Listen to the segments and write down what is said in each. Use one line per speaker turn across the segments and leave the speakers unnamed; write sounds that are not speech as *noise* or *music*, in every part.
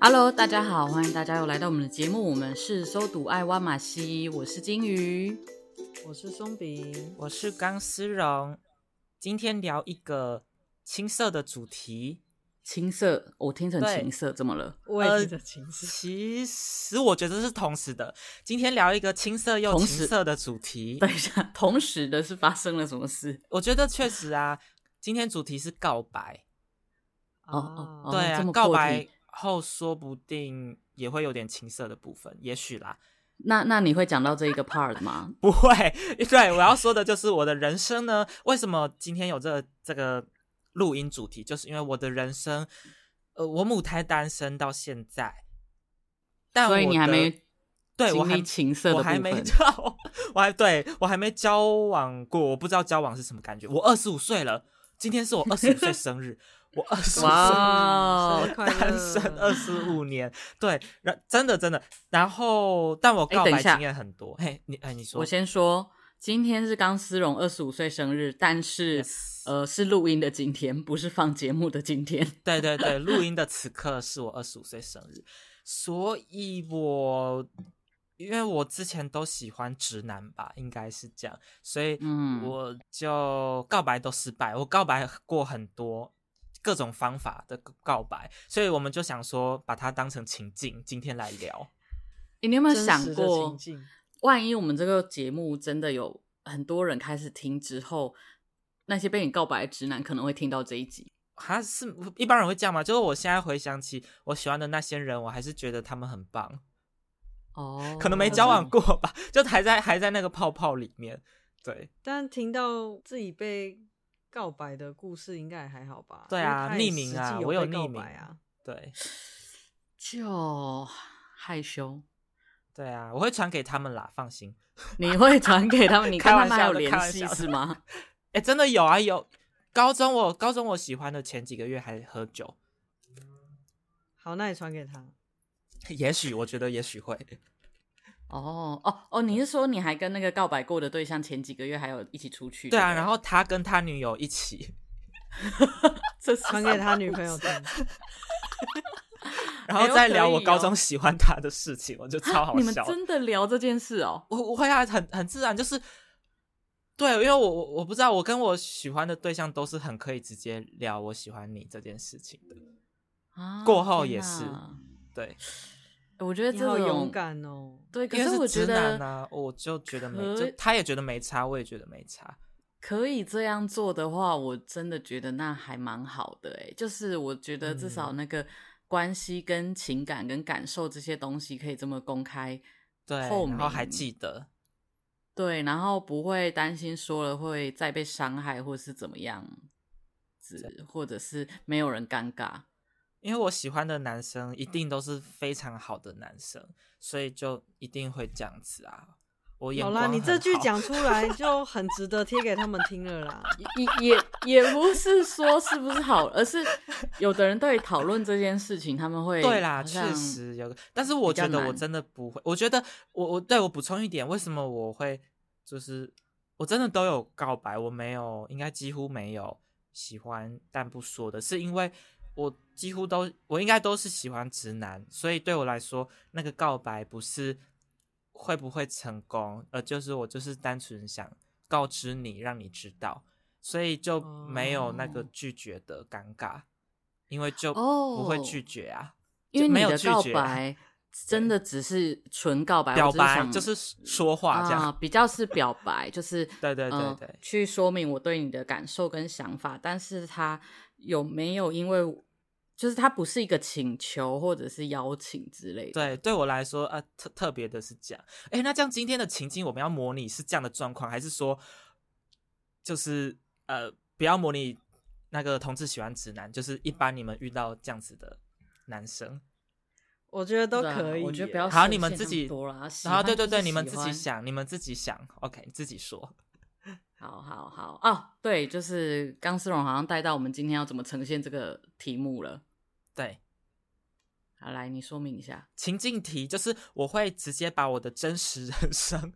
Hello，大家好，欢迎大家又来到我们的节目，我们是搜读爱挖马西，我是金鱼。
我是松饼，
我是钢丝绒，今天聊一个青涩的主题。
青色，我听成
对
情色，怎么了？
我也
呃
记得情色。
其实我觉得是同时的，今天聊一个青涩又
同
青
时
涩的主题。
等一下，同时的是发生了什么事？
我觉得确实啊，今天主题是告白，
哦哦哦
对啊
这么，
告
破题
白后说不定也会有点青涩的部分，也许啦，
那那你会讲到这一个 part 吗？
*laughs* 不会。对，我要说的就是我的人生呢，为什么今天有这个这个录音主题，就是因为我的人生，呃，我母胎单身到现在，但
所以
我
你还
的
没
对我
经
还
历情色的
我
部
还没 *laughs*
分，
交，我还对我还没交往过，我不知道交往是什么感觉。我二十五岁了，今天是我二十五岁
*laughs*
生日，我二十五岁
哇哦
生日快乐
单身二十五年，对，然真的真的。然后，但我
哎
告
等一
白
下
经验很多。嘿，你哎，你说
我先说，今天是刚丝绒二十五岁生日，但是
Yes
呃是录音的今天，不是放节目的今天。
对对对，录音的此刻是我二十五岁生日，所以我因为我之前都喜欢直男吧，应该是这样，所以
嗯
我就告白都失败，我告白过很多各种方法的告白，所以我们就想说把它当成情境，今天来聊。
诶你有没有想
真实的
过
情，境
万一我们这个节目真的有很多人开始听之后，那些被你告白的直男可能会听到这一集。
他是一般人会这样吗？就是我现在回想起我喜欢的那些人，我还是觉得他们很棒，
哦
可能没交往过吧，就还在还在那个泡泡里面。对，
但听到自己被告白的故事，应该也还好吧？
对啊
因为他也
匿名啊
实际
我有
有被告
匿名
白啊。
对
就害羞。
对啊，我会传给他们啦，放心。
你会传给他们？
*laughs*
你跟
开
他
玩
们还
笑
有
的
联
开玩
系
笑的
是吗？
哎、真的有啊，有。高中我高中我喜欢的前几个月还喝酒， *laughs*
好，那你传给
*laughs*
他。
也许我觉得也许会，
哦哦哦，你是说你还跟那个告白过的对象前几个月还有一起出去？
对啊，
不
然后他跟他女友一起， *laughs*
这是
啊
传给他女朋友听，
然
哎
后
呦
再
可
聊我
以
高
哦啊
中喜欢他的事情，我就超好
你们
笑。
真的聊这件事哦？
我我会啊，很很自然，就是对，因为我我我不知道，我跟我喜欢的对象都是很可以直接聊我喜欢你这件事情的，
啊
过后
天
也是
哪
对，
我觉得
你
这
好
种
勇。敢哦！
对，可
因为
我
是
觉
直
得
男啊，我就觉得没，
可
就他也觉得没差，我也觉得没差。
可以这样做的话，我真的觉得那还蛮好的诶、欸就是我觉得至少
嗯
那个关系跟情感跟感受这些东西可以这么公开，
对，
透
然后还
明
记得，
对，然后不会担心说了会再被伤害或是怎么样子，或者是没有人尴尬。
因为我喜欢的男生
嗯
一定都是非常好的男生，所以就一定会这样子啊。我眼
好
光
啦，你
很
这句
好，
讲出来就很值得贴给他们听了啦。
也也也不是说是不是好，而是有的人对讨论这件事情，他们会
对啦，
好
确
像
实有个，但是我觉
比较
得我
难
真的不会，我觉得我我对我补充一点，为什么我会就是我真的都有告白，我没有，应该几乎没有喜欢但不说的，是因为我几乎都我应该都是喜欢直男，所以对我来说，那个告白不是会不会成功，而就是我就是单纯想告知你，让你知道，所以就没有那个
哦
拒绝的尴尬，因为就不
哦
会拒绝啊。
因为
就
你
没有
的
拒
告
绝啊
白真的只是纯告白，
表
我只是
白
想
就是说话这样。
啊，比较是表白，就是
*laughs* 对对对
呃
对
去说明我对你的感受跟想法，但是他有没有因为就是他不是一个请求或者是邀请之类的，
对，对我来说，呃，特特别的是这样。哎，那这样今天的情境我们要模拟是这样的状况，还是说，就是呃，不要模拟那个同志喜欢直男，就是一般你们遇到这样子的男生，
我觉得都
对啊
可以耶，
我觉得不要
好，
设
你们
限
自
那么
己
多啦喜
然后对
欢
对
就
对，
是
你们
喜
自己
欢
想，你们自己想，OK，你自己说。
好好好哦，对，就是钢丝绒好像带到我们今天要怎么呈现这个题目了，
对，
好来你说明一下，
情境题就是我会直接把我的真实人生，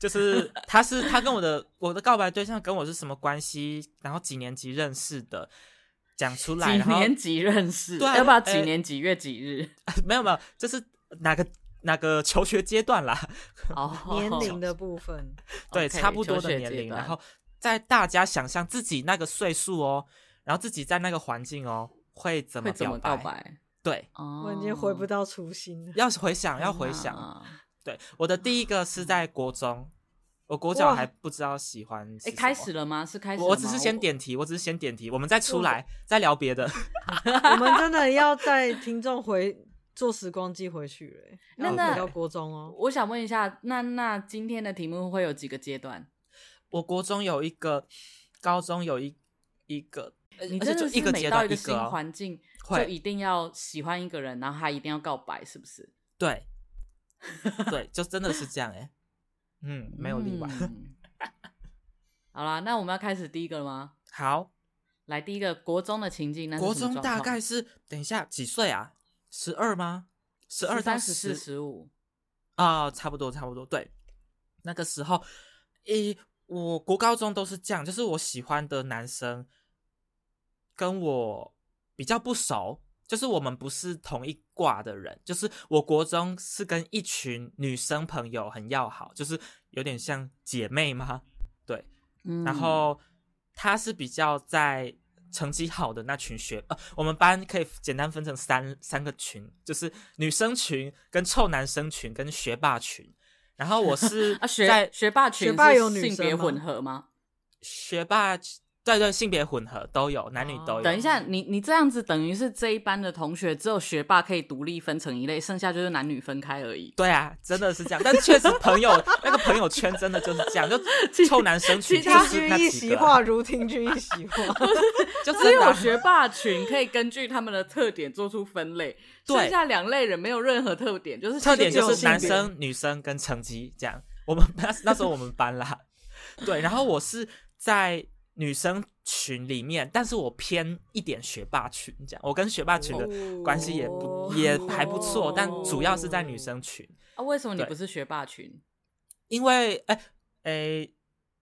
就是他是他跟我的我的告白对象跟我是什么关系，然后几年级认识的，讲出来，然
几
后
年级认识？
对啊
要不要
呃
几年几月几日？ *laughs*
没有没有，就是哪个哪个求学阶段啦，
哦，
年龄的部分，
对
OK，
差不多
求
的
学
年
阶
龄，
段
然后在大家想象自己那个岁数哦，然后自己在那个环境哦，会怎
*laughs*
么
会怎
表
么告白？
对，
哦，
我已经回不到初心了。
要回想，要回
天哪啊
想。对，我的第一个是在国中，我国小
哇
还不知道喜欢是什
诶，
么。
哎开始了吗？是开始了吗？
我我只是先点题，我只是先点题，我们再出来再聊别的。 *laughs*
我们真的要带听众回坐时光机回去了、欸，
那
要
那
回到国中哦、
我想问一下，那那今天的题目会有几个阶段？
我国中有一个，高中有一一个，呃
你
而且
真
就
的
一
是
个
每
阶
到
段
一个
个
新
哦
环境，就
会
一定要喜欢一个人，然后他一定要告白，是不是？
对，对，就真的是这
*laughs*
样哎、嗯，没有例外。
嗯好啦，那我们要开始第一个了吗？
好，
来，第一个国中的情境，那是
国
什么
中
状
大
况
概是等一下几岁啊？十二吗？十二到
三十四、
10
十五，
啊、差不多，差不多。对，那个时候，诶，我国高中都是这样，就是我喜欢的男生跟我比较不熟，就是我们不是同一挂的人。就是我国中是跟一群女生朋友很要好，就是有点像姐妹吗？对，
嗯
然后他是比较在成绩好的那群学，呃，我们班可以简单分成三三个群，就是女生群、跟臭男生群、跟学霸群。然后我是
*laughs* 啊，学
在
学霸群
学霸
是
有女
性
生
别
吗
混合吗？
学霸，对对，性别混合都有，男女都有。
哦等一下，你你这样子等于是这一班的同学只有学霸可以独立分成一类，剩下就是男女分开而已。
对啊，真的是这样，但确实朋友那个朋友圈真的就是这样，就臭男生群
*laughs* 其
就
他
听
是
君
那
一
几
席
个啊，
话，如听君一席话。
就
只
真的
有
啊
学霸群可以根据他们的特点做出分类，
对
剩下两类人没有任何特点，就是
特点就
就是是
男
性别
生、女生跟成绩这样。我们 *laughs* 那那时候我们班啦，对，然后我是在女生群里面，但是我偏一点学霸群这样，我跟学霸群
哦
的关系也不、
哦
也还不错，但主要是在女生群，
啊，为什么你
对
不是学霸群？
因为哎哎，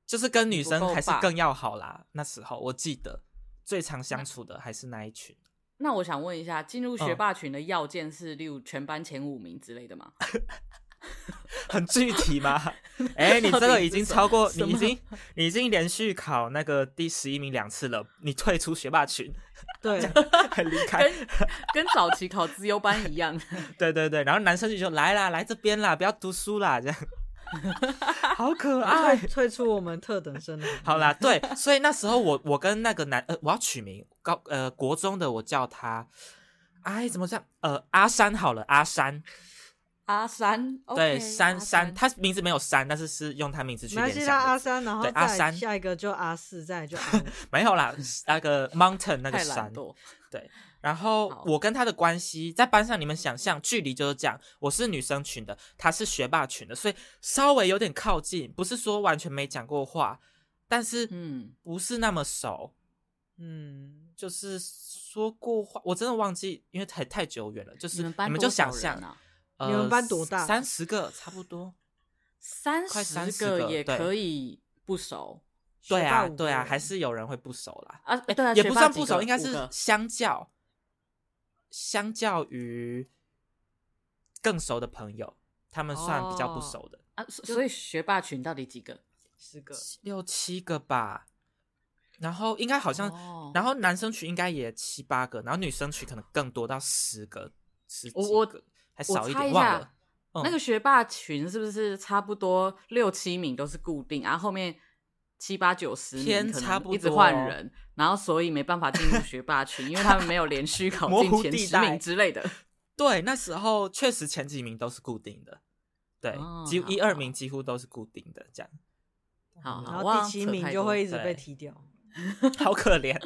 就是跟女
你不
生
够
还是
霸
更要好啦。那时候我记得最常相处的还是那一群，
那我想问一下，进入学
嗯
霸群的要件是例如全班前五名之类的
*laughs*
吗？ *laughs*
很具体吗？哎、你这
到
个
底
已
是
经
什
超过，
什
你已
么
经你已经连续考那个第十一名两次了，你退出学
*laughs*
霸群， *laughs*
对，
很离开
跟。跟早期考资优班一样， *laughs*
对对对，然后男生就说来啦，来这边啦，不要读书啦，
*laughs*
这样，好可爱。
退退出我们特等生的行列。
*laughs* 好啦，对，所以那时候我我跟那个男呃，我要取名高呃国中的，我叫他，哎怎么这样？呃阿山好了，阿山，
阿山
对
OK，
山
阿
山，他名字没有山，但是是用他名字去
没关
联
系，
想
他
的
阿三，然后
对
再
阿
来
三
下一个就阿四，再来就
*laughs*
阿五。
没有啦，那个 mountain 那个
太
山
懒，惰，
然后
好
我跟他的关系在班上，你们想象距离就是这样，我是女生群的，他是学霸群的，所以稍微有点靠近，不是说完全没讲过话，但是
嗯，
不是那么熟，
嗯，
就是说过话，我真的忘记，因为太太久远了，就是
你们班
就
多少
想象
人，啊，
呃
你们班多大
三十个差不多，
三
快30
十个
个
也
对
可以不熟
对啊
学霸五
对啊，
个
还是有人会不熟啦，
啊，对啊，
哎也
学
不
霸
算
几
不熟，
个
应该
五
是
个
相较相较于更熟的朋友，他们算比较不
哦
熟的，
啊，所所以学霸群到底几个？
十个，
六七个吧。然后应该好像，
哦
然后男生群应该也七八个，然后女生群可能更多到十个、十
我
几
我
个，还少
我猜
点，
一
忘
下
了。嗯
那个学霸群是不是差不多六七名都是固定，然后后面七八九十名
天
可能
差不多哦
一直换人，然后所以没办法进入学霸群，因为他们没有连续考
模
进
糊
前
地
十
带
名之类 *laughs* 的。
对，那时候确实前几名都是固定的，对，
哦
几
好
乎一二名几乎都是固定的，这样
好
然
好，
后第七名就会一直
对
被踢掉。
*laughs* 好可怜。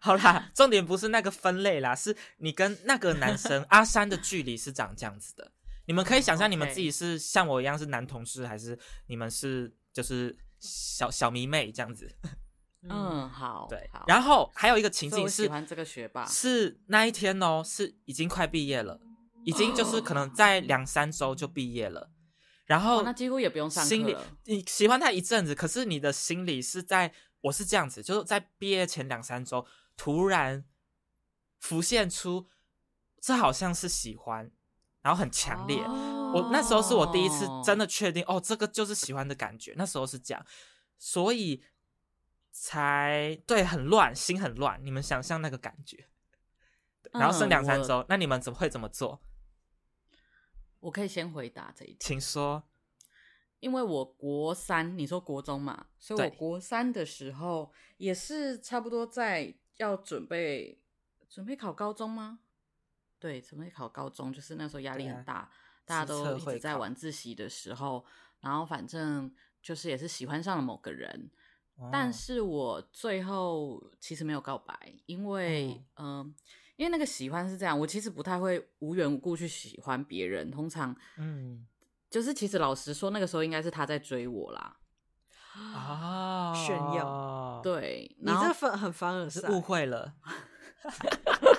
好啦，重点不是那个分类啦，是你跟那个
*laughs*
男生阿三的距离是长这样子的。你们可以想象你们
OK
自己是像我一样是男同事，还是你们是就是小小迷妹这样子？
嗯，好，
对
好。。
然后还有一个情
所以
景
我
是
喜欢这个学霸
是那一天哦，是已经快毕业了，已经就是可能在两三周就毕业了。然后、
哦那几乎也不用上课
心里
了
你喜欢他一阵子，可是你的心里是在我是这样子，就是在毕业前两三周突然浮现出这好像是喜欢，然后很强烈。
哦
我那时候是我第一次真的确定，哦，这个就是喜欢的感觉。那时候是这样，所以才对很乱，心很乱。你们想象那个感觉，然后
嗯
剩两三
我
周，那你们怎么会怎么做？
我可以先回答这一题，
请说。
因为我国三，你说国中嘛，所以
对
我国三的时候也是差不多在要准备准备考高中吗？对，准备考高中，就是那时候压力
对啊
很大，大家
是测
都一
会
直在
考
晚自习的时候，然后反正就是也是喜欢上了某个人，但
哦
是我最后其实没有告白，因为
哦
嗯、因为那个喜欢是这样，我其实不太会无缘无故去喜欢别人，通常
嗯
就是其实老实说，那个时候应该是他在追我啦，
啊，
炫
耀，
对，啊
你
然后
这反很凡尔
哦是
赛，
误会了。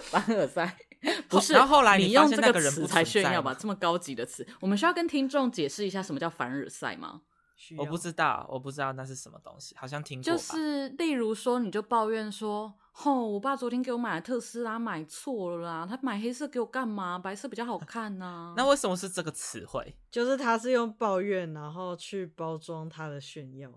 凡尔赛。 *laughs* 不是，
然后后来
你
你发
用
现
这
那个人
词
不
才
存
炫
在
耀吧？
吗
这么高级的词，我们需要跟听众解释一下什么叫凡尔赛吗？
需
我
要
不知道，我不知道那是什么东西，好像听过
就
吧。
是例如说，你就抱怨说：“吼，我爸昨天给我买的特斯拉买错了啦，他买黑色给我干嘛？白色比较好看呐、
*laughs* 那为什么是这个词汇？
就是他是用抱怨，然后去包装他的炫耀。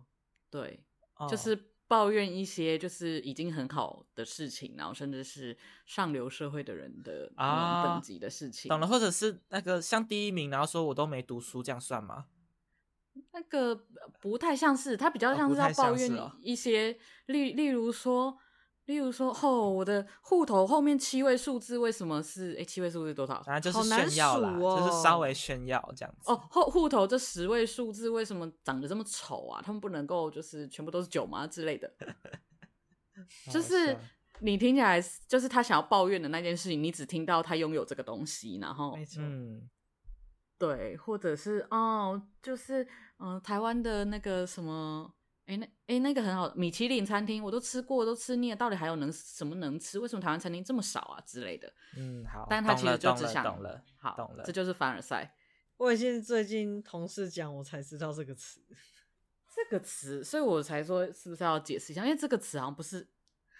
对，
哦
就是抱怨一些就是已经很好的事情，然后甚至是上流社会的人的那种
啊
等级的事情。
懂了，，或者是那个像第一名，然后说我都没读书，这样算吗？
那个呃不太像是，他比较
哦
像
不
是要
太像
抱怨
是哦
一些，例例如说。例如说，哦，我的户头后面七位数字为什么是？诶，七位数字多少？
反正就
好
是
难
炫耀啦，
数哦
就是稍微炫耀这样子。
哦，，后户头这十位数字为什么长得这么丑啊？他们不能够就是全部都是九吗之类的？
哦啊
就是你听起来就是他想要抱怨的那件事情，你只听到他拥有这个东西，然后
没错，
嗯，
对，或者是哦，就是嗯、呃台湾的那个什么，哎那哎那个很好，米其林餐厅我都吃过，都吃腻了，到底还有能什么能吃？为什么台湾餐厅这么少啊之类的？
嗯，好，
但他其实就
懂
只
了
想
懂了，
好，
懂了
这就是凡尔赛
我也是最近同事讲，我才知道这个词。
这个词，所以我才说是不是要解释一下？因为这个词好像不是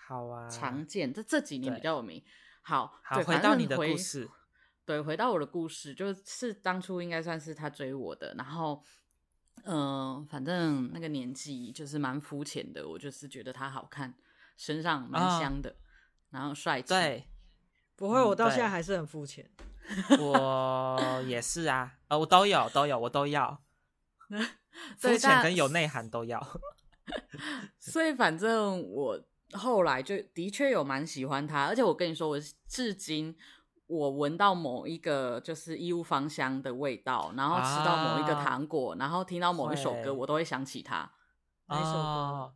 好啊，
常见，这这几年比
对
较有名。好，
好
对
回
反
到
正
你的
回
故事。
对，回到我的故事，就是当初应该算是他追我的，然后，呃，反正那个年纪就是蛮肤浅的，我就是觉得他好看，身上蛮
啊
香的，然后帅气。
对
不会，
嗯
我到现在
对
还是很肤浅。
我也是啊， *laughs* 呃，我都有都有，我都要，
对
肤浅
但
跟有内涵都要。
所以反正我后来就的确有蛮喜欢他，而且我跟你说，我至今我闻到某一个就是衣物芳香的味道，然后吃到某一个
啊
糖果，然后听到某一首
会
歌，我都会想起他。
哪一首歌
哦，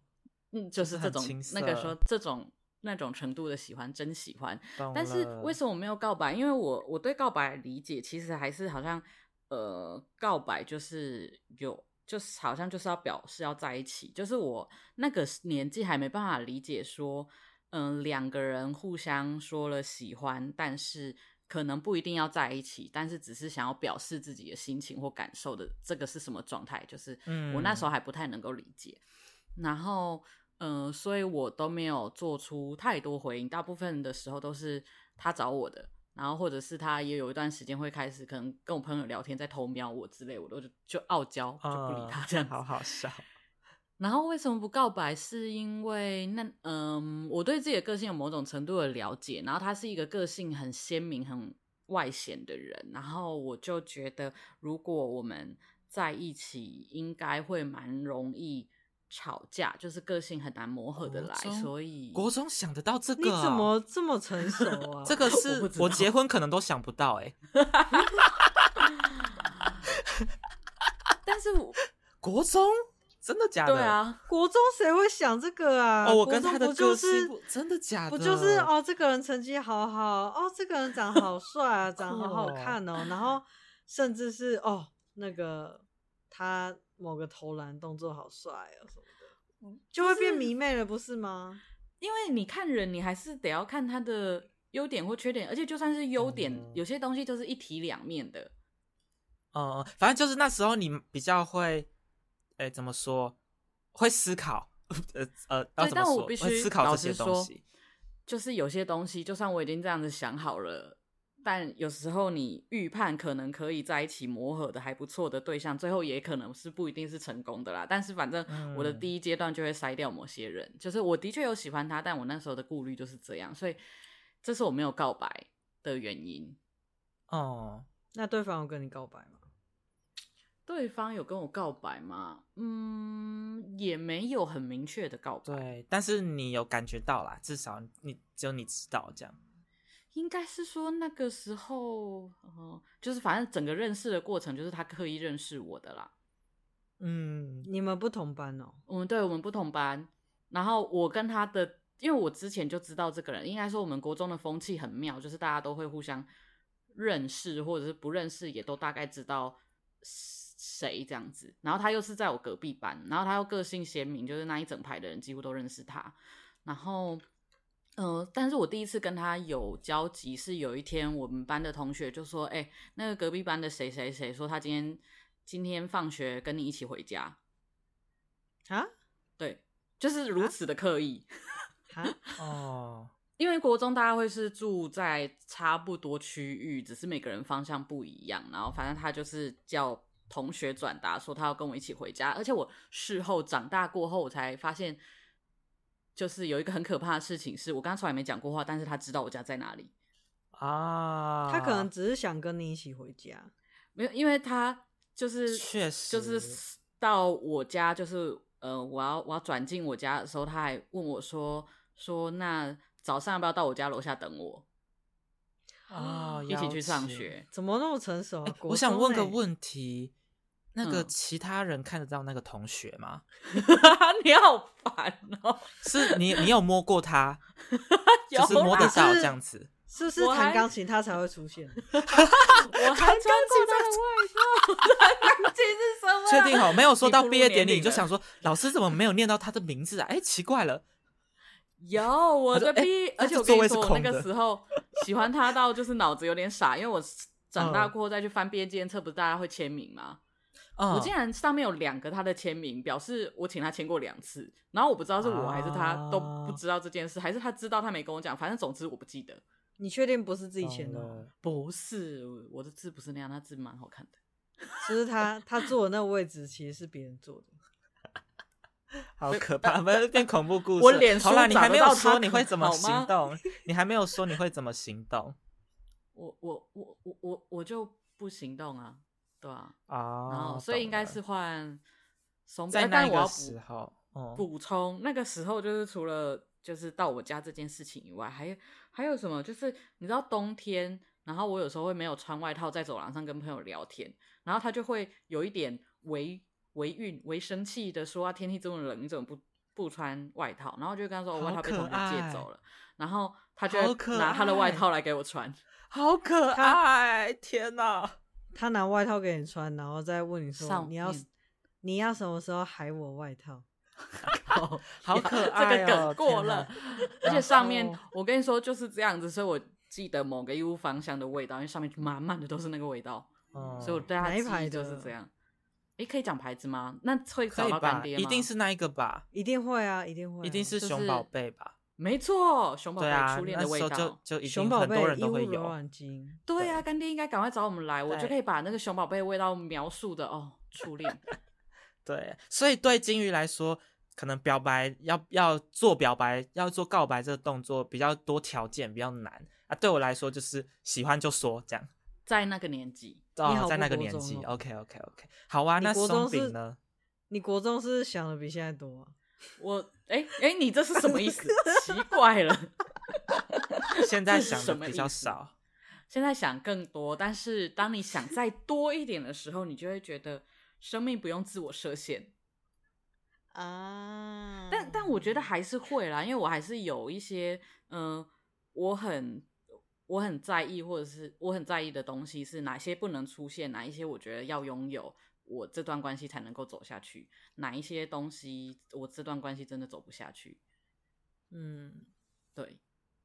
嗯，就
就是是
这
很
种
青
那个
涩
说这种那种程度的喜欢，真喜欢。
懂
但是
了
为什么没有告白？因为我我对告白的理解其实还是好像呃，告白就是有。就是好像就是要表示要在一起，就是我那个年纪还没办法理解说，嗯、两个人互相说了喜欢，但是可能不一定要在一起，但是只是想要表示自己的心情或感受的，这个是什么状态？就是
嗯
我那时候还不太能够理解。然后，嗯、所以我都没有做出太多回应，大部分的时候都是他找我的，然后或者是他也有一段时间会开始可能跟我朋友聊天，在偷瞄我之类，我都就就傲娇，就不理他
嗯
这样子。
好好笑。
然后为什么不告白？是因为那嗯，我对自己的个性有某种程度的了解，然后他是一个个性很鲜明、很外显的人，然后我就觉得，如果我们在一起，应该会蛮容易吵架，就是个性很难磨合的
国
来，
中
所以
国中想得到这
你
个啊、？
怎么这么成熟啊
这
*laughs*
个是
不知
我
道
结婚可能都想不到哎、
但是
*laughs*
我
国中真的假的？
对，啊，
国中谁会想这个啊？
哦，我
国
跟
中
他的
不就
个
是
性不真的假的？
不就是哦，这个人成绩好好，哦，这个人长
*laughs*
得好帅啊，长得好好
酷哦
看哦，然后甚至是哦，那个他某个投篮动作好帅哦什么的，就会变迷妹了，不是吗？
因为你看人，你还是得要看他的优点或缺点，而且就算是优点，
嗯
有些东西就是一体两面的。
嗯，反正就是那时候你比较会，哎，怎么说？会思考，呃呃，要
对，
怎
但
么说？
我必
会
须
思考
老
这
实
些东
说
西。，
就是有些东西，就算我已经这样子想好了，但有时候你预判可能可以在一起磨合的还不错的对象，最后也可能是不一定是成功的啦。但是反正我的
嗯
第一阶段就会筛掉某些人，就是我的确有喜欢他，但我那时候的顾虑就是这样，所以这是我没有告白的原因。
哦，
那对方有跟你告白吗？
对方有跟我告白吗？嗯，也没有很明确的告白。
对，但是你有感觉到啦，至少你只有你知道这样。
应该是说那个时候，呃，就是反正整个认识的过程，就是他刻意认识我的啦。
嗯，
你们不同班哦，
我嗯们对我们不同班，然后我跟他的，因为我之前就知道这个人，应该说我们国中的风气很妙，就是大家都会互相认识，或者是不认识也都大概知道谁这样子。然后他又是在我隔壁班，然后他又个性鲜明，就是那一整排的人几乎都认识他。然后，呃，但是我第一次跟他有交集是有一天我们班的同学就说：“哎、那个隔壁班的谁谁谁说他今天今天放学跟你一起回家。
啊
对，就是如此的刻意。 *laughs*
啊，
哦，
因为国中大家会是住在差不多区域，只是每个人方向不一样，然后反正他就是叫同学转达说他要跟我一起回家，而且我事后长大过后，我才发现，就是有一个很可怕的事情是，我跟他从来没讲过话，但是他知道我家在哪里，
啊，
他可能只是想跟你一起回家，
没有，因为他就是
确实
就是到我家，就是呃，我要我要转进我家的时候，他还问我说说那早上要不要到我家楼下等我，
哦，
一起去上
了解
学。 *laughs*
怎么那么成熟啊？国
哎我想
中
问个
欸，
问题，那个
嗯
其他人看得到那个同学吗？
你好烦哦、
是你你有摸
*laughs*
过他，
有
*laughs* 就是摸得
啦
到
可
这
是
样子？
是不是
我还
弹钢琴他才会出
*laughs*
现？*laughs*
我还穿过他的外套， *laughs* 钢琴是什么？
确定哦好，没有说
你
到
步入
毕业
年
典礼
龄
你就
了
想说，老师怎么没有念到他的名字啊？哎，奇怪了，
有我的
他说哎
B，、
那
而且
这
我跟
座
你
位是
说，我
空
那个
的
时候喜欢他到就是脑子有点傻，因为我长大过后再去翻毕业纪念册，不是大家会签名吗？
嗯，
*laughs* 我竟然上面有两个他的签名，表示我请他签过两次，然后我不知道是我还是他
啊
都不知道这件事，还是他知道他没跟我讲，反正总之我不记得。
你确定不是自己
懂
签的哦吗？
了
不是我的字不是那样，他字蛮好看的。
就是他他坐的那个位置其实是别人坐的。
好可怕，不是变恐怖故事。
我脸
好
书
啦，你
找
还
得
没有
到
说
他
你
可
会怎么
好
行
吗 *laughs*
动，你还没有说你会怎么行动
我我我我我我就不行动啊，对啊，然
啊
后？所以
懂
应该
了
是换松饼，
在
呃但
那
我要
个
补
时候，嗯，
补充，那个时候就是除了就是到我家这件事情以外，还有还有什么？就是你知道冬天，然后我有时候会没有穿外套在走廊上跟朋友聊天，然后他就会有一点微微运微生气的说啊，天气这么冷，你怎么不不穿外套？然后就跟他说，我外
好
套被
可
同学借走
爱
了，然后他就
好
会
可
拿他的外
爱
套来给我穿。
好可爱，
*laughs*
天哪！
他拿外套给你穿，然后再问你说
上
你要
面
你要什么时候还我外套？
好可爱
*laughs* 这个
哦
梗过
天
了
哪。
*laughs*
哦
而且上面
然后，
我跟你说就是这样子，所以我记得某个衣物芳香的味道，因为上面满满的都是那个味道，
嗯
所以我对它
哪一
记
排
忆就
的
是这样。诶，可以讲牌子吗？那会
可
找
以
到干
吧？
爹
一
吗？
定是那一个吧？
一定会啊，一定会啊、
一定是
就
熊宝
是
贝吧？
没错，熊宝
对
贝
啊，
初恋
那
的味
时候
道
就。就一
熊
定
宝
很
贝
多人都
义
会
乌柔
有。
软巾。
对啊，干爹应该赶快找我们来，我就
对
可以把那个熊宝贝味道描述的哦，初恋。
对，所以对金鱼来说，可能表白要要做表白，要做告白这个动作比较多条件，比较难啊。对我来说，就是喜欢就说这样。
在那个年纪，
你
哦
好，
在
不
那个
国
年
中
纪、
哦
o k OK OK，好啊。
你
那
国
松
中是
饼
*laughs*
呢？
你国中是想的比现在多、啊，
我诶诶，你这是什么意思？奇怪了。
现在
这是
想
什
的
么
比
意
较
思
少。
现在想更多，但是当你想再多一点的时候，你就会觉得生命不用自我设限。
*laughs*
啊
但但我觉得还是会啦，因为我还是有一些，嗯、我很我很在意，或者是我很在意的东西是哪些不能出现，哪一些我觉得要拥有，我这段关系才能够走下去，哪一些东西我这段关系真的走不下去。
嗯
对，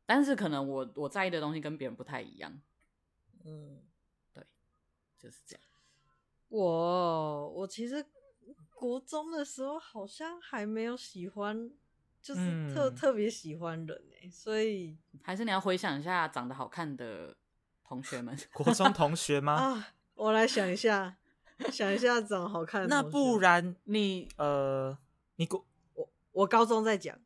但是可能我我在意的东西跟别人不太一样，
嗯，
就是这样。
我我其实国中的时候好像还没有喜欢就是特、
嗯
特别喜欢人哎、所以
还是你要回想一下长得好看的同学们，
国中同学吗？
啊，我来想一下，想一下长好看的
那
同学
不然
*laughs* 你
呃，你国
我高中在讲，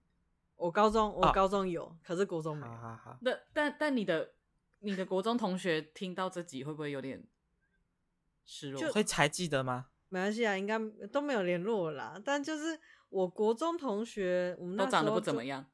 我高中我
哦啊
高中有，可是国中没
好
有。
好好，
那但但你的你的国中同学听到这集会不会有点失落？
会还记得吗？
没关系啊，应该都没有联络啦。但就是我国中同学，我们那
都长得不怎么
样，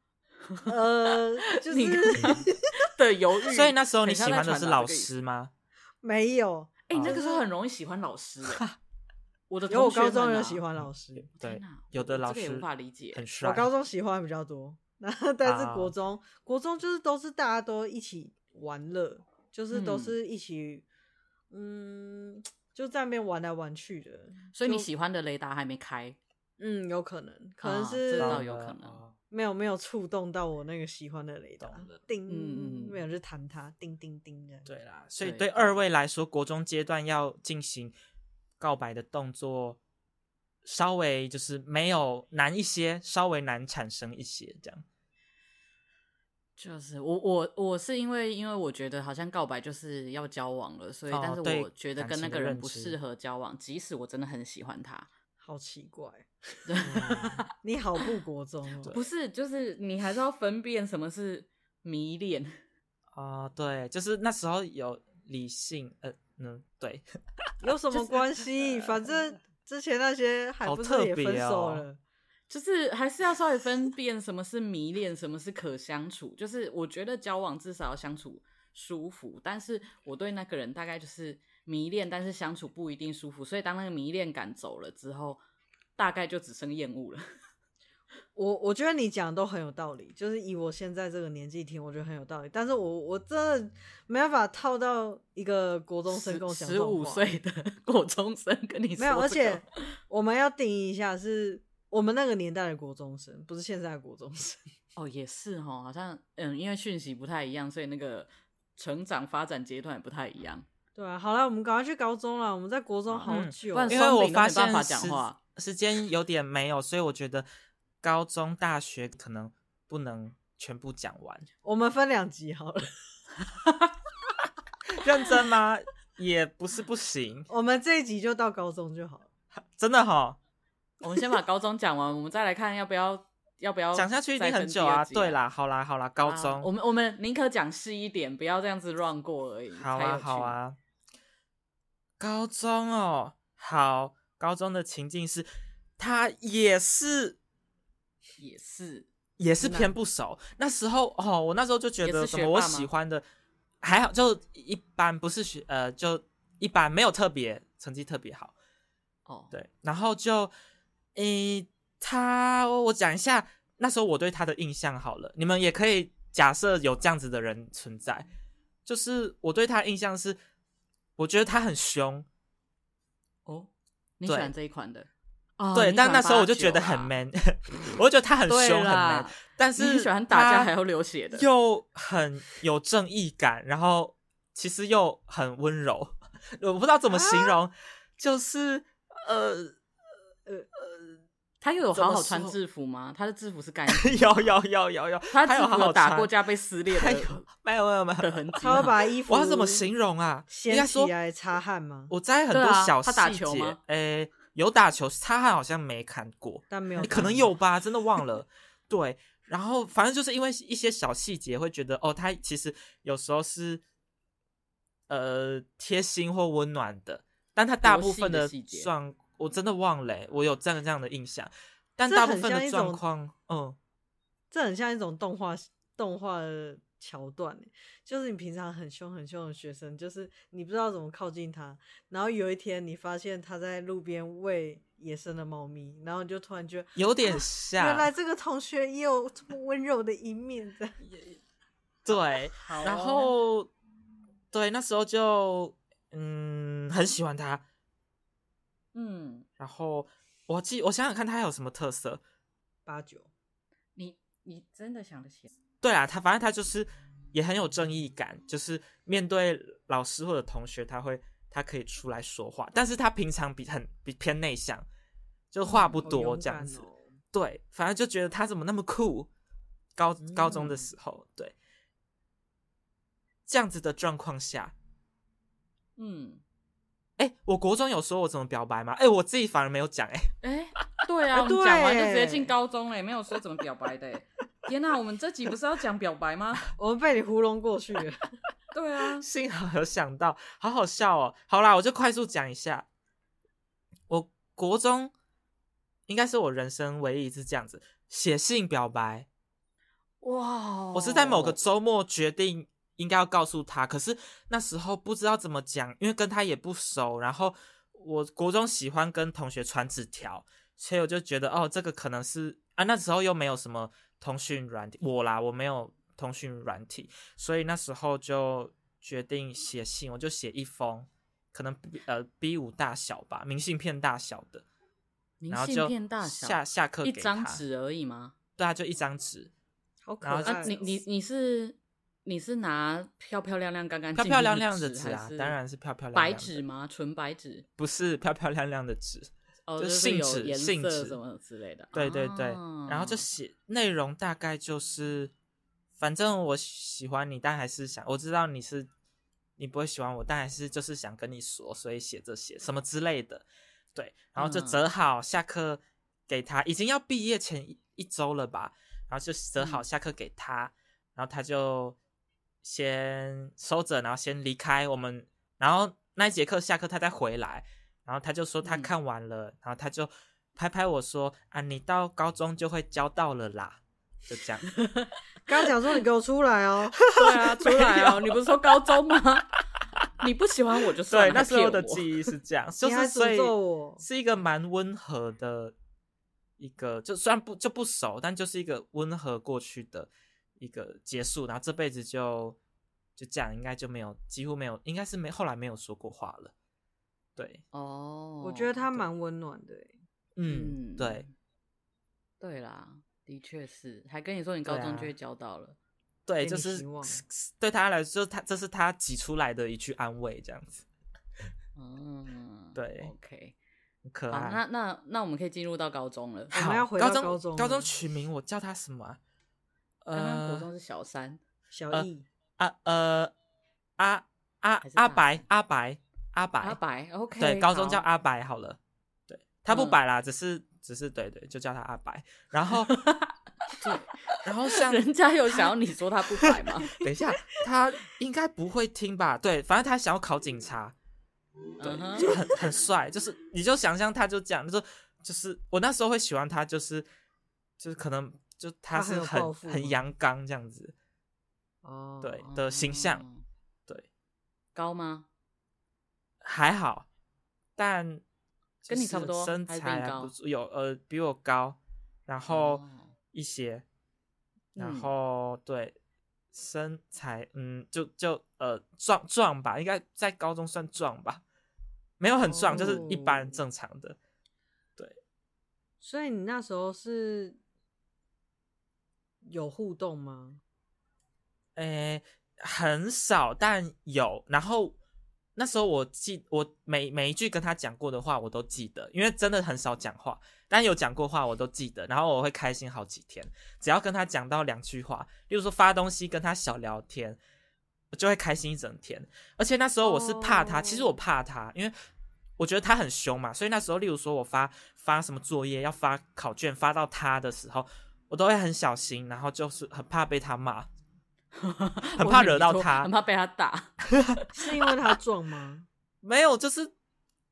样，
呃，
*laughs*
就
你刚
是
对犹豫。
所以那时候你
很像
喜
在
欢的
传
是
达这
老
个意思，
师哦吗？
没有，
哎、
哦
那个时候很容易喜欢老师、欸。 *laughs* 我的
有
同
我
学
高中
们
有
啊
喜，欢老师，
天
对
哪，
有的
我
老
这个也
师
无法理解
很帅。
我高中喜欢比较多。那但是国
啊
中，国中就是都是大家都一起玩乐，就是都
嗯
是一起，嗯，就在那边玩来玩去的。
所以你
就
喜欢的雷达还没开，
嗯，有可能，可能
啊
是
知道
了
有可能
哦
没有没有触动到我那个喜欢的雷达
懂了，
叮，
嗯嗯
没有去弹它，叮叮叮的。
对啦，所以
对
对二位来说，国中阶段要进行告白的动作，稍微就是没有难一些，稍微难产生一些这样。
就是我我我是因为因为我觉得好像告白就是要交往了，所以、
哦
但是
对
我觉得
感
跟那
情的
个人
认
不
知
适合交往，即使我真的很喜欢他，
好奇怪，
对。
你好不国中哦，
不是，就是你还是要分辨什么是迷恋。
哦，对，就是那时候有理性，呃，嗯，对，
有什么关系？
*laughs*
反正之前那些还
好
不是
特
也分
别
手
哦
了，
就是还是要稍微分辨什么是迷恋，什么是可相处。就是我觉得交往至少要相处舒服，但是我对那个人大概就是迷恋，但是相处不一定舒服。所以当那个迷恋感走了之后，大概就只剩厌恶了。
我我觉得你讲的都很有道理，就是以我现在这个年纪听，我觉得很有道理。但是我我真的没办法套到一个国中生跟我讲这
十
种
五
话，
岁
*laughs*
的国中生跟你说、
没有，而且
*laughs*
我们要定义一下，是我们那个年代的国中生，不是现在的国中生。
*laughs*
*laughs*
哦也是哦，好像嗯，因为讯息不太一样，所以那个成长发展阶段也不太一样。
对啊，好了，我们赶快去高中了，我们在国中好
嗯
久
不
哦、
然
因
双
为我
领都
发
没办
现
法讲
时
话
时间有点没有，所以我觉得高中、大学可能不能全部讲完。
我们分两集好了，
*laughs*
认真吗？也不是不行，
我们这一集就到高中就好了。
真的哈，
我们先把高中讲完，我们再来看要不要要不要
讲下去一定
哦再
很
分
久
第
啊。
二集
对啦，好啦，好啦，高中，
啊我们我们宁可讲细一点，不要这样子乱过而已。
好
才有
啊，
趣
好，啊。高中哦，好，高中的情境是，他也是
也是
也是偏不熟。那时候哦，我那时候就觉
也
得
是
什
学
么我
霸吗
喜欢的还好，就一般，不是学呃就一般，没有特别成绩特别好。
哦，
对，然后就，诶，他我讲一下那时候我对他的印象好了，你们也可以假设有这样子的人存在，就是我对他的印象是，我觉得他很凶，
哦，你喜
对
欢这一款的哦？
对，
你
但
喜欢啊
那时候我就
89
觉得很
啦
man，我 *laughs* 就觉得他很
对
凶很
啦
man，但
你
是
喜欢打架
他
还要流血的，
又很有正义感，然后其实又很温柔， *laughs* 我不知道怎么
啊
形容，就是呃。
他又有
怎么
好好穿
说
制服吗？他的制服是
*laughs*
干净的，
有有有有有，
他
还
制
有好
服
好
有打过
穿
架被撕裂
还
的
有没有没有没
的
有，
痕迹吗，
他会把衣服
我要怎么形容啊？应
掀
该
起
说
来擦汗吗？
我在很
对啊
多小
他打
细
球
节
吗，
诶、有打球，擦汗好像没看过，
但没有
诶
看过，
可能有吧，真的忘了。对，然后反正就是因为一些小细节，会觉得哦，他其实有时候是呃贴心或温暖的，但他大
多
部
细
分
的
的
细节
状我真的忘了、诶欸我有这样这样的印象，但
这
大部
很
分
像一
的状
种
况，嗯，
这很像一种动画动画的桥段欸，就是你平常很凶很凶的学生，就是你不知道怎么靠近他，然后有一天你发现他在路边喂野生的猫咪，然后你就突然觉得啊
*laughs*
有点像，
原来这个同学也有这么温柔的一面，
*laughs*
这样 *laughs*
对，
好
然
哦
后对那时候就嗯很喜欢他，
嗯，
然后我记我想想看他有什么特色。
八九
你你真的想得起来？
对啊，他反正他就是也很有正义感，就是面对老师或者同学，他会他可以出来说话，但是他平常比很比偏内向，就话不
嗯好
多
勇
这样
敢
子。
哦
对，反正就觉得他怎么那么酷。高高中
嗯
的时候，对这样子的状况下，
嗯，
哎、我国中有说我怎么表白吗？哎、我自己反而没有讲、哎，
哎、对啊，
哎
我们讲完就
对
直接进高中了，也没有说怎么表白的、欸。天哪、我们这集不是要讲表白吗？
我们被你糊弄过去了。
对
*laughs*
啊，
*laughs* 幸好有想到，好好笑哦。好啦，我就快速讲一下，我国中应该是我人生唯一一次这样子写信表白。
哇，哦
我是在某个周末决定应该要告诉他，可是那时候不知道怎么讲，因为跟他也不熟。然后我国中喜欢跟同学传纸条，所以我就觉得哦，这个可能是啊，那时候又没有什么通讯软体，我啦，我没有通讯软体，所以那时候就决定写信，我就写一封，可能呃 B 五大小吧，明信片大小的，
明
然后
信
就
片大小，
下下课
一
给
张
他，
纸而已吗？
对啊，就一张纸，
好可
然
爱
后
哦、
就
啊，你你你是你是拿漂漂亮亮、干干
漂
净净
漂亮亮的
纸
纸啊
还，是
当然是漂漂亮亮
白
的
纸吗？纯白纸，
不是漂漂亮亮的纸，
哦，
就是信
有
纸
颜
信
色
纸
什么之类的。
对对对，
啊
然后就写内容大概就是，反正我喜欢你，但还是想我知道你是你不会喜欢我，但还是就是想跟你说，所以写这些什么之类的，对，然后就
嗯
折好，下课给他，已经要毕业前一一周了吧，然后就折好，
嗯
下课给他，然后他就先收着，然后先离开我们，然后那一节课下课他再回来，然后他就说他
嗯
看完了，然后他就拍拍我说啊，你到高中就会交到了啦，就这样。
刚刚讲说你给我出
*laughs*
来哦，
对
*laughs*
啊，出来哦！你不是说高中吗？ *laughs* 你不喜欢我就 *laughs* 算
对，
了，
那时候的
记
记忆是
*laughs*
这样，就
你还
是所
诅
以
咒我，
是一个蛮温和的一个，就虽然不就不熟，但就是一个温和过去的一个结束，然后这辈子就就这样，应该就没有几乎没有，应该是没后来没有说过话了。对，
哦，
我觉得他蛮温暖的欸、
嗯，对，
对啦，的确是，还跟你说你高
对
中
啊
就会交到了，
对，
给
就
你
是
希望
对他来说，他这是他挤出来的一句安慰，这样子
嗯，
对
，OK，
很可
好，
爱。
那那那我们可以进入到高中了。
我们要
好
回
高
到
中
高中
高中
了
取名我叫他什么啊、
刚刚哎国
呃
中是小三，
小易、
啊呃阿阿
还是
阿
大
白阿白阿白
阿啊白，OK，
对，高中叫
好
阿白好了。对，他不
嗯
白啦，只是只是对对，就叫他阿白。然后对，然后像
人家有想要你说他不白
*laughs*
吗？
等一下，他应该不会听吧？对，反正他想要考警察，
嗯哼
就很很帅，就是你就想象他就这样，就是就是我那时候会喜欢他，就是就是可能就他
他很
是
有抱
很
负
很
吗
阳刚这样子，
哦，
对的形象，
哦
对，
高
*laughs*
吗？
还好，但就
跟你差不
是
多
身
还是比
材
你
还
高
不错，有呃比我高，然后
哦
一些，然
嗯
后对身材，嗯，就就呃壮壮吧，应该在高中算壮吧，没有很壮，就是一般
哦
正常的。
所以你那时候是有互动吗？
诶，很少，但有。然后那时候我记，我每每一句跟他讲过的话，我都记得，因为真的很少讲话，但有讲过话我都记得。然后我会开心好几天，只要跟他讲到两句话，例如说发东西跟他小聊天，我就会开心一整天。而且那时候我是怕他，其实
哦
我怕他，因为。我觉得他很凶嘛，所以那时候，例如说我发发什么作业要发考卷发到他的时候，我都会很小心，然后就是很怕被他骂，很怕惹到
我以
他
为你说很怕被他打。
是因为他壮吗？
没有，就是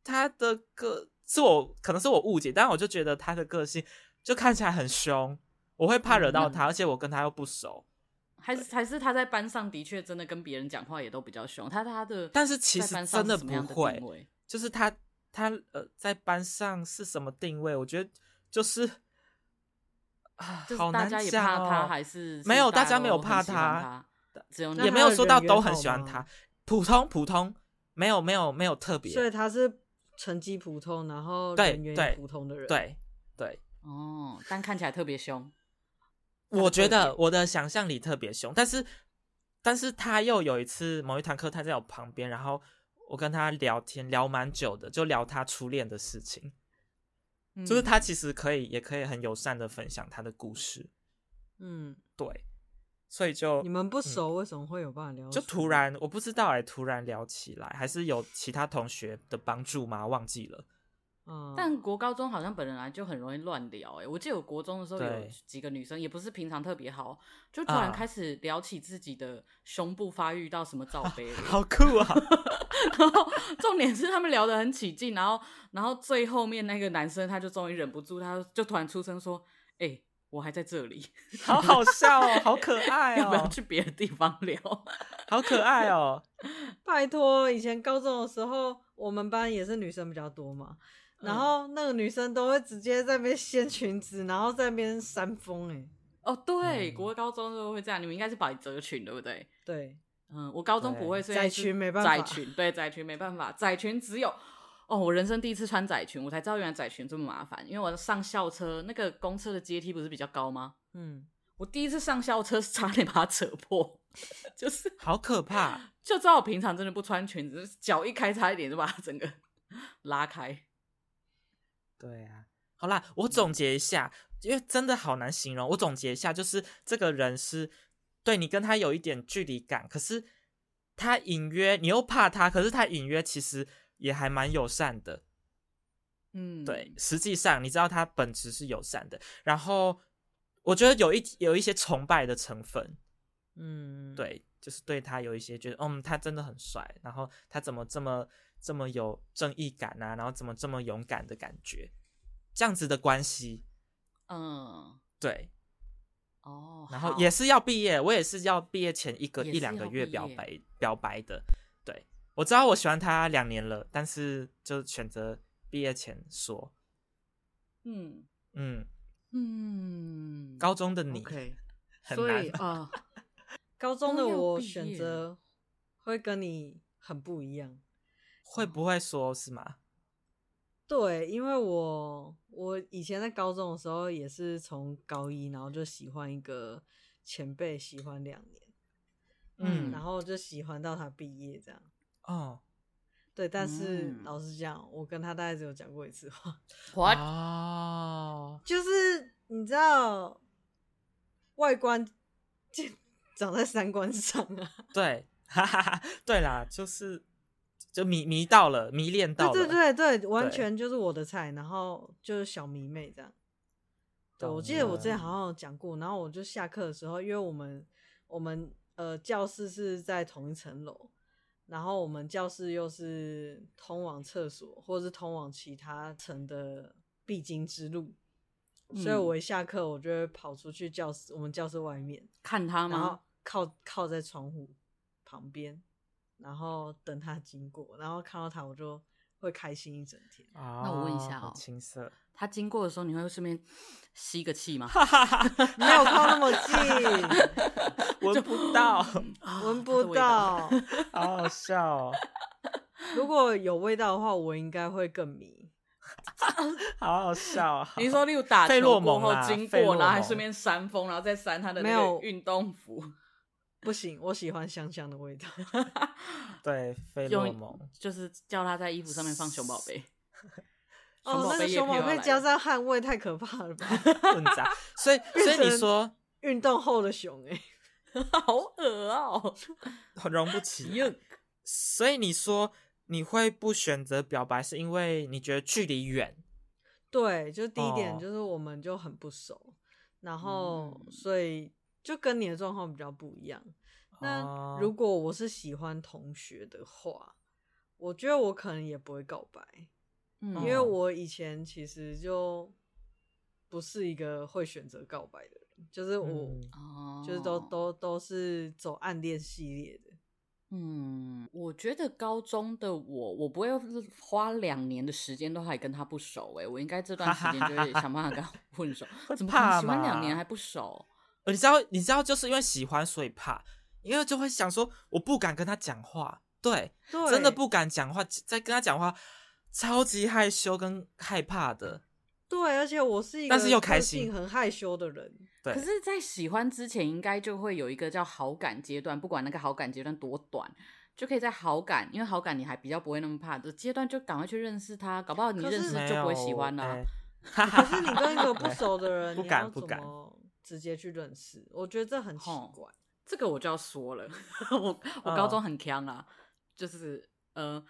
他的个是我可能是我误解，但我就觉得他的个性就看起来很凶，我会怕惹到
嗯
他，而且我跟他又不熟。
还是还是他在班上的确真的跟别人讲话也都比较凶，他他的
但是其
在
实
班上
真的
是什么样
不
的
会
定位
就是他他呃在班上是什么定位？我觉得就是啊，
就是
好
大
难
家也
讲
怕他，
哦
还是
没有
是大
大家没有
都
怕
很喜欢
他
他，只有你
那
也
他
没有
的
说到
人
都
缘
很
好
喜欢
吗
他，普通普通，没有没有没有特 *laughs* 别，
所以他是成绩普通，然后
对
人缘
对
也普通的人。，
对对，
哦，但看起来特别凶。
我觉
特
得
点
我的想象力特别凶，但是但是他又有一次某一堂课，他在我旁边，然后我跟他聊天聊蛮久的，就聊他初恋的事情。
嗯
就是他其实可以，也可以很友善的分享他的故事，
嗯，
对，所以就
你们不熟，为什么会有办法聊？
嗯就突，然我不知道哎、突然聊起来，还是有其他同学的帮助吗？忘记了， *laughs*
嗯，
但国高中好像本来就很容易乱聊、欸，哎，我记得我国中的时候有
对
几个女生，也不是平常特别好，就突然
啊
开始聊起自己的胸部发育到什么罩杯了
*laughs* 好酷啊！
然后重点是他们聊得很起劲，然后然后最后面那个男生他就终于忍不住，他就突然出声说：“哎、我还在这里，
好好笑哦，好可爱
*laughs*
要不要
哦，
去别的地方聊 *laughs*
好可爱哦，
拜托，以前高中的时候，我们班也是女生比较多嘛，
嗯
然后那个女生都会直接在那边掀裙子，然后在那边扇风、欸，哎，？”
哦，对，
嗯
国高中都会这样，你们应该是百褶裙对不对？
对，
嗯，我高中不会，所以
窄
是
裙没办法
窄裙对窄裙没办法，窄裙只有哦，我人生第一次穿窄裙，我才知道原来窄裙这么麻烦，因为我上校车那个公车的阶梯不是比较高吗？
嗯，
我第一次上校车是差点把它扯破， *laughs* 就是
好可怕！
就知道我平常真的不穿裙子，脚一开差一点就把它整个拉开。
对啊，好啦，我总结一下，因为真的好难形容。我总结一下，就是这个人是对你跟他有一点距离感，可是他隐约你又怕他，可是他隐约其实也还蛮友善的。
嗯，
对，，实际上你知道他本质是友善的，然后我觉得有一有一些崇拜的成分，
嗯，，
对，就是对他有一些觉得，嗯，他真的很帅，然后他怎么这么这么有正义感啊，然后怎么这么勇敢的感觉，这样子的关系，
嗯，
对，
哦，
然后
好
也是要毕业，我也是要毕业前一个
也
一
是
两个
要
月
毕
表
业
白表白的，对我知道我喜欢他两年了，但是就选择毕业前说，
嗯
嗯，
嗯，
高中的你
*laughs*
OK，
很
所
难 *laughs*
以啊、
高中的
都要
我
毕业
选择会跟你很不一样，
会不会说是吗？
对，因为我我以前在高中的时候也是从高一，然后就喜欢一个前辈，喜欢两年，
嗯
然后就喜欢到他毕业这样。
哦，
对，但是、
嗯
老实讲，我跟他大概只有讲过一次话， *laughs*
我、
哦，
就是你知道，外观就 *laughs* 长在三观上啊， *laughs*
对， *laughs* 哈哈哈，对啦，就是就迷迷到了，迷恋到
对
了，
对对对，完
对
全就是我的菜，然后就是小迷妹这样。对，
懂
我记得我之前
了
好像有讲过，然后我就下课的时候，因为我们我们呃教室是在同一层楼，然后我们教室又是通往厕所或是通往其他层的必经之路，所以
嗯
我一下课我就会跑出去教室，我们教室外面，
看他
然后
吗？
靠靠在窗户旁边，然后等他经过，然后看到他我就会开心一整天。
哦，
那我问一下
好
哦
青涩，
他经过的时候，你会顺便吸个气吗？
*laughs* 没有靠那么近， *laughs*
闻不到，
啊
闻
它的
不
味道
到。
好好笑哦，
如果有味道的话，我应该会更迷。
好好笑哦。
你说，例如打
费
球
洛
过
蒙
后
啦
经
费洛
过，然后还
蒙
顺便扇风，然后再扇他的
没
那
有
个运动服，
不行，我喜欢香香的味道。
对，费洛蒙
*laughs* 用，就是叫他在衣服上面放熊宝贝。
哦，那个
熊
熊
宝
宝
贝
贝
也
加
飘来了
上汗味太可怕了吧？
混杂，所以
*laughs*
所以你说
运动后的熊哎、
*laughs* 好恶哦、
容不起，所以你说你会不选择表白，是因为你觉得距离远，
对，就第一
哦
点就是我们就很不熟，然后
嗯
所以就跟你的状况比较不一样。那
哦
如果我是喜欢同学的话，我觉得我可能也不会告白，
嗯
因为
哦
我以前其实就不是一个会选择告白的人，就是我。
嗯
哦
就是都都都是走暗恋系列的。
嗯，我觉得高中的我，我不会花两年的时间都还跟他不熟哎、我应该这段时间就会想办法跟他混熟。
*laughs* 会
怎么可能
怕
喜欢两
嘛
年还不熟？
呃你知道，你知道，就是因为喜欢，所以怕，因为就会想说，我不敢跟他讲话，对，
对，
真的不敢讲话，在跟他讲话，超级害羞跟害怕的，
对，而且我是一个
但是又开
个性
心
很害羞的
*laughs*
人。
对，
可是，在喜欢之前，应该就会有一个叫好感阶段，不管那个好感阶段多短，就可以在好感，因为好感你还比较不会那么怕的阶段，就赶快去认识他，搞不好你
可
认
是
识
没
就
有
不会喜欢了、
哎
可是你跟一个不熟的
*laughs*
人，
不
你
敢
要
不
怎
敢
么直接去认识？我觉得这很奇
吼
怪。
这个我就要说了，我我高中很强啊，就是呃，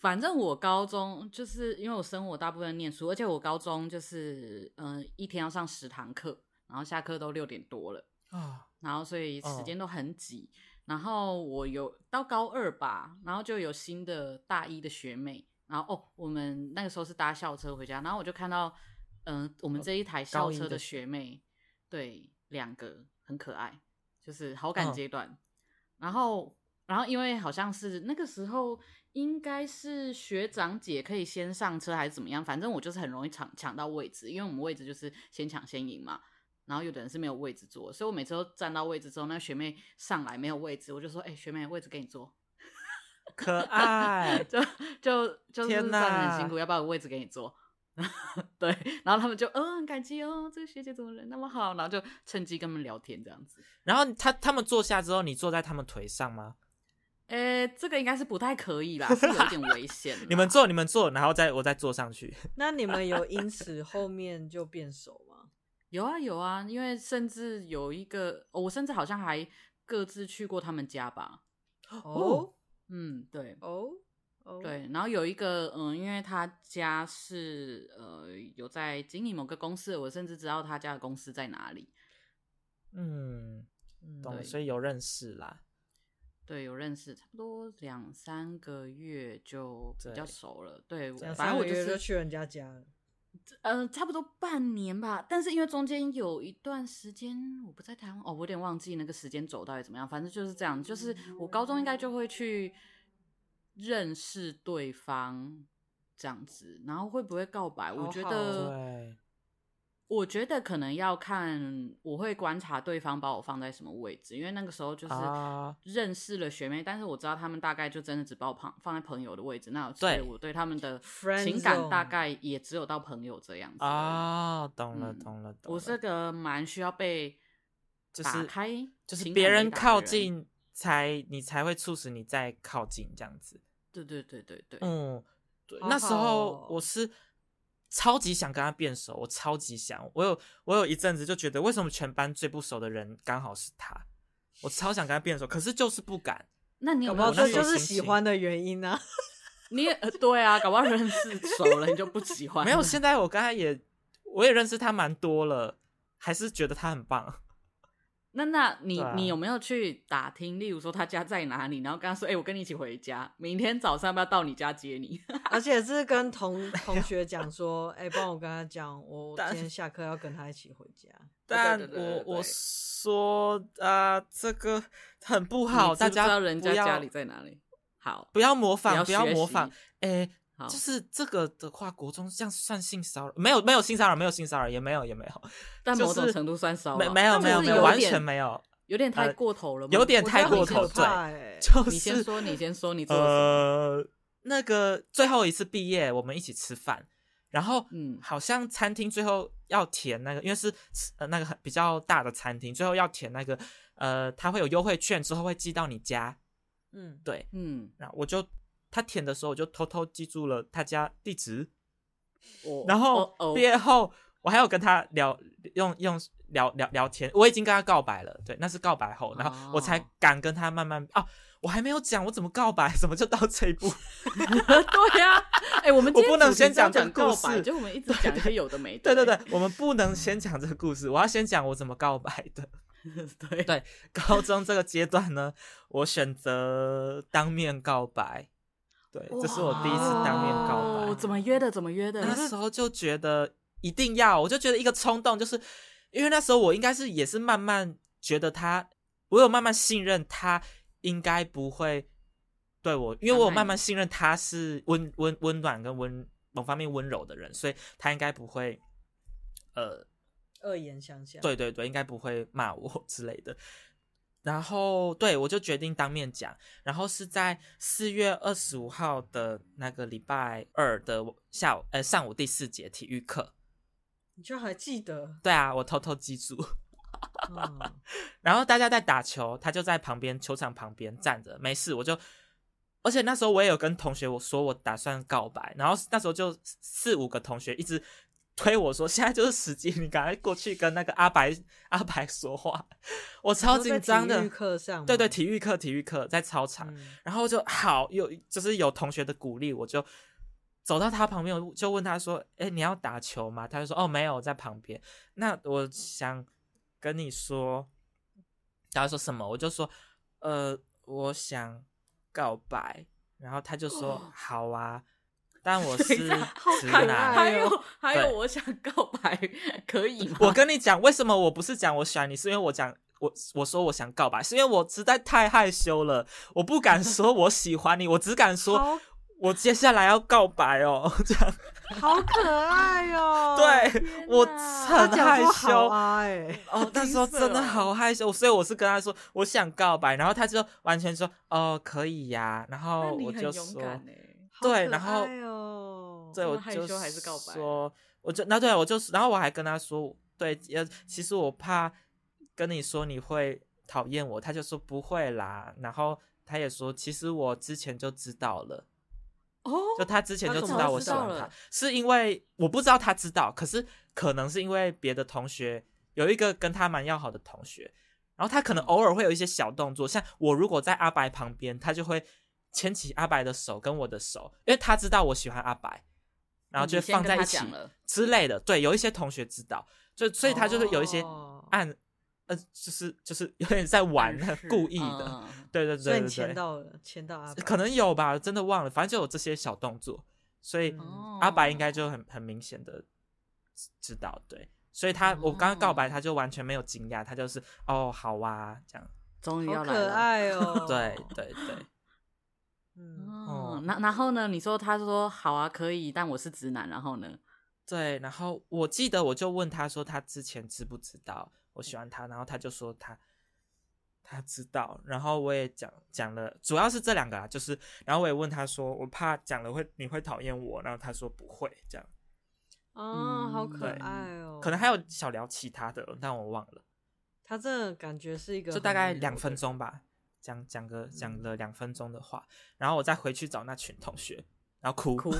反正我高中就是因为我生活大部分念书，而且我高中就是嗯、呃一天要上十堂课，然后下课都六点多了，
啊，
然后所以时
哦
间都很挤。然后我有到高二吧，然后就有新的大一的学妹，然后哦，我们那个时候是搭校车回家，然后我就看到，嗯、我们这一台校
哦高一
车
的
的
学
学妹，对，两个很可爱，就是好感
嗯
阶段。然后，然后因为好像是那个时候应该是学长姐可以先上车还是怎么样，反正我就是很容易抢抢到位置，因为我们位置就是先抢先赢嘛。然后有的人是没有位置坐，所以我每次都站到位置之后，那学妹上来没有位置，我就说：“哎、学妹，位置给你坐。
可爱
就”就就
天
是站得
哪
很辛苦，要不要有位置给你坐？ *laughs* 对，然后他们就嗯，很感激哦，这个学姐怎么人那么好，然后就趁机跟他们聊天这样子。
然后他他们坐下之后，你坐在他们腿上吗？
呃，这个应该是不太可以
*laughs*
啦，是有一点危险啦。
你们坐，你们坐，然后再我再坐上去。 *laughs*
那你们有因此后面就变熟
*gasps*
吗？
有啊有啊，因为甚至有一个，哦我甚至好像还各自去过他们家吧。
哦
嗯，对
哦哦，
对，然后有一个，嗯，因为他家是呃有在经营某个公司的，我甚至知道他家的公司在哪里。
嗯，
嗯，
懂了，
对
所以有认识啦。
对，有认识，差不多两三个月就比较
对
熟了。对，
两
反
反正
正我
我
就
就是
去人家家了。
呃，差不多半年吧。但是因为中间有一段时间我不在台湾，哦，我有点忘记那个时间轴到底怎么样。反正就是这样，就是
嗯
我高中应该就会去认识对方这样子，然后会不会告白，
好
我觉
哦好
得，
对，
我觉得可能要看，我会观察对方把我放在什么位置，因为那个时候就是。
啊
认识了学妹，但是我知道他们大概就真的只把我放放在朋友的位置，那所以
对
我对他们的
Friend
情感
zone
大概也只有到朋友这样子而已
啊，懂了，
嗯
懂了，懂了。
我是个蛮需要被
就
打
是
开
就是
情
别
感雷
人
达的
靠
人，
近才你才会促使你再靠近这样子。
对对对对对，哦
嗯，对，
好
那时候
好
我是超级想跟他变熟，我超级想，我有我有一阵子就觉得，为什么全班最不熟的人刚好是他？我超想跟他变熟，可是就是不敢。
那你有
搞
没
不
有
好
去
那
这
时
就
候
是
心
喜
情
欢的原因啊呢、
你也 *laughs* 呃对啊，搞不好认识熟了你就不喜欢了，
*laughs* 没有，现在我刚才也我也认识他蛮多了，还是觉得他很棒。
那那你、
对啊
你有没有去打听？例如说他家在哪里，然后跟他说，哎、我跟你一起回家，明天早上要不要到你家接你？
*laughs* 而且是跟
*laughs*
同同学讲说，哎、帮我跟他讲，我
哎但
今天下课要跟他一起回家。
*laughs*
但
对对对
我
对对
我说啊、这个很不好，
*laughs* 你知
大
不知
家
道人家
不要
家里在哪里？好，
不要模仿，不
不
要
要
模仿
学。
哎，
好，
就是这个的话，国中这样算性骚扰？没有，没有性骚扰，没有性骚扰，也没有，也没有，
但
就
某种
是
程度算骚扰，
没没有
但
没
就
有
是
没
有
完
点
全没有，
有点太
呃
过头了吗，
有 *laughs* 点
我觉
太
得
过
很
头，
可
对
怕，
*laughs*
对
就是
你先说，你先说，你做了什么？
呃，那个最后一次毕业，我们一起吃饭，然后嗯
嗯，
好像餐厅最后要填那个，因为是呃那个很比较大的餐厅，最后要填那个呃，他会有优惠券，之后会寄到你家，
嗯，
对，
嗯，
然后我就他填的时候，我就偷偷记住了他家地址，
我
然后
哦哦
毕业后，我还有跟他聊，用用聊聊聊天，我已经跟他告白了，对，那是告白后，然后我才
哦
敢跟他慢慢哦，我还没有讲我怎么告白， *laughs* 怎么就到这
*laughs*
一步？
对呀、哎、我们今天
我不能
主题是
先讲
要讲
这个
告
故事
白，就我们一直讲一些有的没的、欸
对对对，我们不能先讲这个故事，我要先讲我怎么告白的。
*laughs* 对对
对，高中这个阶段呢，我选择当面告白，对，这是我第一次当面告白啊
哦。怎么约的？怎么约的？
那时候就觉得一定要，我就觉得一个冲动，就是因为那时候我应该是也是慢慢觉得他，我有慢慢信任他，应该不会对我，因为我有慢慢信任他是温温温暖跟温某方面温柔的人，所以他应该不会，呃，
恶言相向。，
对对对，应该不会骂我 *laughs* 之类的。然后对我就决定当面讲，然后是在四月二十五号的那个礼拜二的下午，呃，上午第四节体育课。
你就还记得？
对啊，我偷偷记住。 *laughs*
嗯，
然后大家在打球，他就在旁边球场旁边站着，没事，我就。而且那时候我也有跟同学我说我打算告白，然后那时候就四五个同学一直推我说现在就是时机，你赶快过去跟那个阿白阿白说话。 *laughs* 我超
你说
紧
在
张的
体育，课上吗，
对对，体育课体育课在操场，
嗯
然后就好有就是有同学的鼓励，我就走到他旁边，我就问他说：“哎，你要打球吗？”他就说：“哦，没有，我在旁边。”那我想跟你说，他说什么？我就说：“呃，我想告白。”然后他就说：“好啊。”但我是
*laughs* 哦 *laughs* 等一下好哦
直
可
还
男
爱，
还有
对
还有，我想告白，可以吗？
*laughs* 我跟你讲，为什么我不是讲我喜欢你，是因为我讲我我说我想告白，是因为我实在太害羞了，我不敢说我喜欢你，我只敢说
好
我接下来要告白哦， *laughs* 这样。，
好可爱
*laughs*
哦
对
天
我
哪
他
很
讲
害
话好
羞。 *laughs*
爱，
哦，那时候真的好害羞，所以我是跟他说我想告白，然后他就完全说哦可以呀、
那
然后
你
我
很
就
勇
说，
敢欸
好
对
可
然后
爱哦
对，
那
我
害
就
羞还是告白
说，我就那对我就是，然后我还跟他说，对，呃，其实我怕跟你说你会讨厌我，他就说不会啦，然后他也说，其实我之前就知道了，
哦，
就他之前
他
就
怎
知
么
道
知
我喜
道
欢
了
他，是因为我不知道他知道，可是可能是因为别的同学有一个跟他蛮要好的同学，然后他可
嗯
能偶尔会有一些小动作，像我如果在阿白旁边，他就会牵起阿白的手跟我的手，因为他知道我喜欢阿白，然
哦
后
你
就
先
放
跟
在
他
一起
讲了
之类的。对，有一些同学知道，就所以他就是有一些
哦
暗，呃，就是就是有点在玩
暗，示
故意的。
嗯
对对
所以
对
你
对
签
对，
到了，签到阿白，
可能有吧，真的忘了，反正就有这些小动作，所以
嗯
阿白应该就很很明显的知道，对。所以他，我刚刚告
哦
白，他就完全没有惊讶，他就是哦，好啊，这样，
终于要
好
来
可
了。
爱哦，
*laughs* 对对对，
嗯，
哦
哦，
那然后呢？你说他说好啊，可以，但我是直男。然后呢？
对，然后我记得我就问他说他之前知不知道我喜欢他，然后他就说他他知道，然后我也讲讲了，主要是这两个啦，就是然后我也问他说我怕讲了会你会讨厌我，然后他说不会，这样
哦，好可
对
爱哦，
可能还有小聊其他的，但我忘了，
他真的感觉是一个
就
很
大概
温柔
两
的
分
人，
钟吧，讲讲个讲了两分钟的话，然后我再回去找那群同学，然后哭
哭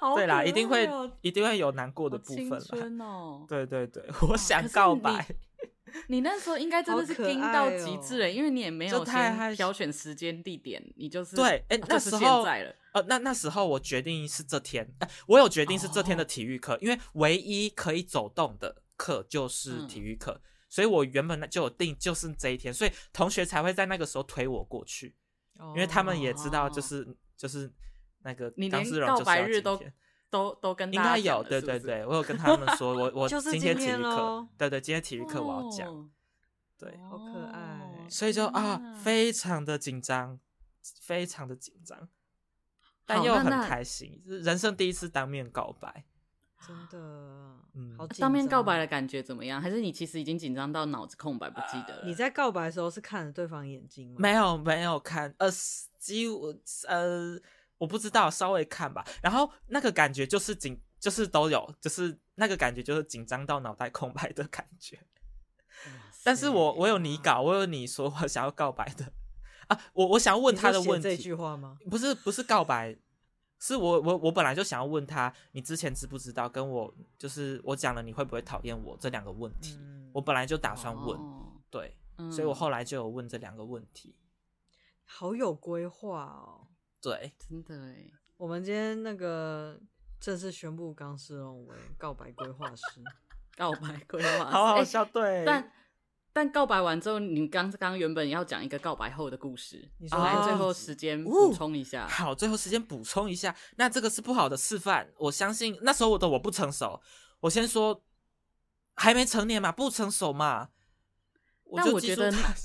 好
对啦，
可
一定会
爱哦
一定会有难过
我
的部分
青
啦。
春哦，
对对对，我
可
*laughs* 想
是
告
你
白。
*laughs* 你那时候应该真的是
好可爱
盯到极致了，
哦
因为你也没有
就太害
先
羞
挑选时间地点，你就是
对，哎、
啊就
那
是
时
现
候
在了，
呃，那那时候我决定是这天，呃我有决定是这天
哦
的体育课，因为唯一可以走动的课就是
嗯
体育课，所以我原本那就有定就是这一天，所以同学才会在那个时候推我过去，
哦
因为他们也知道就是、就是那个
哦你
张
连
思荣
告
就是
白
要
日
今
都
天
都都跟
应
大家
该有，
讲了是
对
不
对
是
对，我有跟他们
*laughs*
说，我我
就是
天
今
体育
天
课
咯，
对对，今天体育课我要讲，
哦
对，
好可爱哦
所以就
天
啊
哪
非常的紧张，非常的紧张。但
好
又
那
很
那
开心，是人生第一次当面告白。
真的，
嗯
好
当面
紧
告白
张
的感觉怎么样？还是你其实已经紧张到脑子空白不记得了？
你在告白的时候是看着对方眼睛吗？
没有没有看，呃，几乎呃，我不知道，稍微看吧。然后那个感觉就是紧，就是都有，就是那个感觉就是紧张到脑袋空白的感觉。
哇塞
但是我我有你
啊
稿，我有你说我想要告白的啊，我我想要问
你
他
说
的
写
问
这
题，
句话吗？
不是不是告白，是我我我本来就想要问他，你之前知不知道？跟我就是我讲了你会不会讨厌我这两个问题，
嗯
我本来就打算问，
哦
对，
嗯
所以我后来就有问这两个问题，
好有规划哦。
对，
真的哎，
我们今天那个正式宣布钢丝绒为告白规划师，
告白 *laughs* 规划师
好好
哎
笑，对，
但但告白完之后，你刚刚原本要讲一个告白后的故事，
你说
来
哦
最后时间补充一下。
好，最后时间补充一下，那这个是不好的示范。我相信那时候我的我不成熟，我先说还没成年嘛，不成熟嘛。
但
就
我
记
觉
住
得
他
那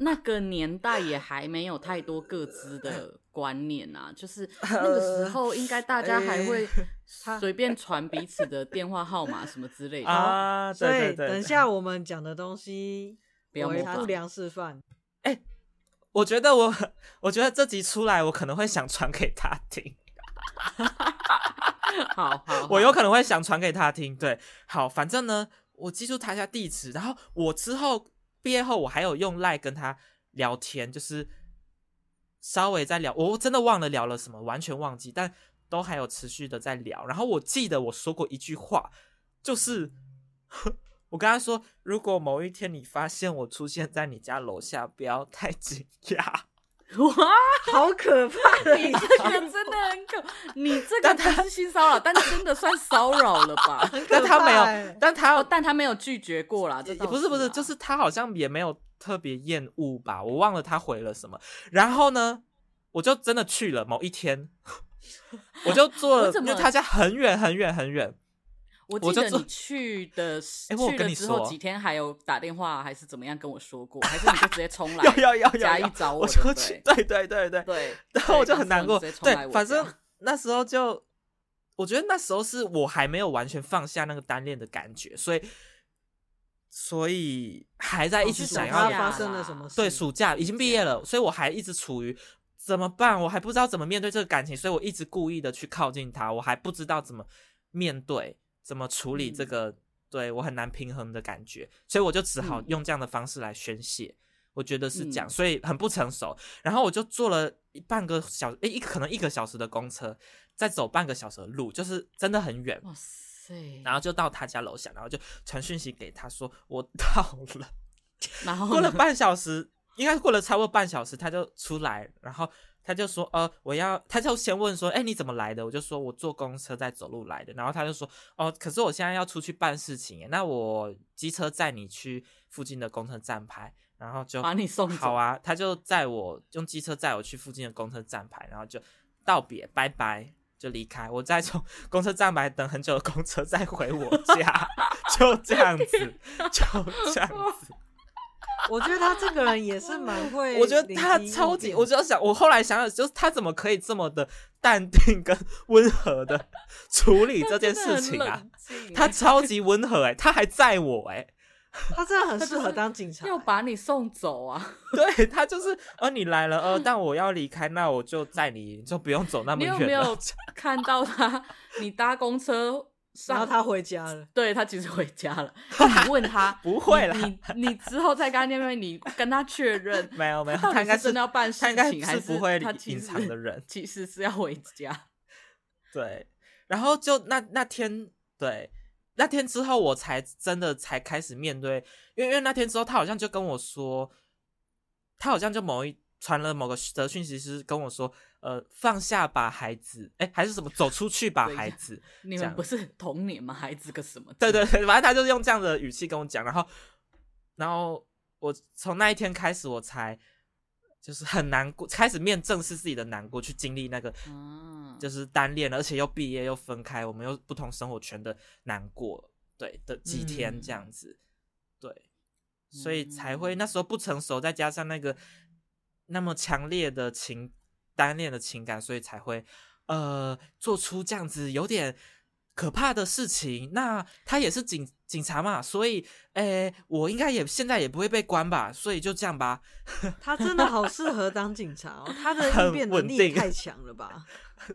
那个年代也还没有太多各自的观念啊，就是那个时候应该大家还会
呃
他
随便传彼此的电话号码什么之类的。
哎啊，
所
对
以
对对，
等一
对
下我们讲的东西
不要
为
模仿
不良示范。
我觉得我，我觉得这集出来，我可能会想传给他听，
好好好，
我有可能会想传给他听。对，好，反正呢，我记住他家地址，然后我之后毕业后，我还有用赖跟他聊天，就是稍微在聊，我真的忘了聊了什么，完全忘记，但都还有持续的在聊。然后我记得我说过一句话，就是 *laughs* 我跟他说，如果某一天你发现我出现在你家楼下，不要太惊讶。
哇，
好可怕
*laughs*
的一
你这个真的很可，你这个不是性骚扰，但真的算骚扰了吧？
但他没
可怕欸
有，但 *laughs* 他
哦，但他没有拒绝过啦，这
也
倒
不是不是，
啊
就是他好像也没有特别厌恶吧，我忘了他回了什么。然后呢，我就真的去了某一天，我就坐
*laughs* 我
了，
怎
因
么
为他家很远很远很远。
我
我
记
就
得
做
你去的时，
哎我
去
跟
了
你
之后
说
几天还有打电话还是怎么样跟我说
*laughs*
过，还是你就直接冲来
要要要
嘉
要
义
要，
找
我
对
就
不
去，
对？
对对对对。
对，
*laughs* 然后我
对
就很难过。
当时你直接冲来
对，
我
反正
家
那时候就，我觉得那时候是我还没有完全放下那个单恋的感觉，所以，所以还在一直
哦是
想
暑
要
假
发生了什么事？
对，暑假已经毕业了，所以我还一直处于怎么办？我还不知道怎么面对这个感情，所以我一直故意的去靠近他，我还不知道怎么面对，怎么处理这
嗯
个、对我很难平衡的感觉，所以我就只好
嗯
用这样的方式来宣泄。我觉得是这样，
嗯
所以很不成熟。然后我就坐了一半个小，诶，一可能一个小时的公车，再走半个小时的路，就是真的很远。
哇塞，
然后就到他家楼下，然后就传讯息给他说我到了。
然后
过了
呢
半小时，应该过了差不多半小时，他就出来，然后他就说：“呃，我要。”他就先问说：“哎、你怎么来的？”我就说：“我坐公车再走路来的。”然后他就说：“哦，可是我现在要出去办事情耶，那我机车载你去附近的公车站牌。”然后就
把你送走
好啊，他就载我用机车载我去附近的公车站牌，然后就道别，拜拜。就离开，我再从公车站牌等很久的公车再回我家，就这样子，就这样子。
我觉得他这个人也是蛮会，
我觉得他超级，我就想，我后来想想，就是他怎么可以这么的淡定跟温和的处理这件事情啊？，他
他真的很冷静欸
超级温和哎、他还载我哎、
他真的很
他就
适合
是
当警察欸、
要把你送走啊！
对他就是，呃，你来了，呃，但我要离开，那我就载你，就不用走那么
你
远
有
了。
没有看到他？你搭公车
然后
上
他回家了，
对他其实回家
*laughs*
了。那你问他
不会啦
你你你之后再跟他见面，你跟他确
*laughs*
认
没有没有，
他到
他
底
应该
是真的要办事
他应该
情还
是不
是
会
他其
隐
实
藏的人。
其实是要回
*laughs*
家。
对，然后就那那天，对，那天之后我才真的才开始面对，因为因为那天之后他好像就跟我说，他好像就某一传了某个的讯息是跟我说，呃，放下吧，孩子，哎，还是什么，走出去吧，
对
孩
呀
子，
你
这
们
样
不是童年吗？孩子个什么？
对对对，反正他就是用这样的语气跟我讲，然后，然后我从那一天开始，我才就是很难过，开始面正视自己的难过，去经历那个
啊，
就是单恋，而且又毕业又分开，我们又不同生活圈的难过，对的几天
嗯
这样子，对，所以才会那时候不成熟，再加上那个那么强烈的情单恋的情感，所以才会呃做出这样子有点可怕的事情。那他也是警警察嘛，所以诶、我应该也现在也不会被关吧，所以就这样吧。
他真的好适合当警察哦，他的
很
应变能
稳
力
定
太强
*laughs*
了吧？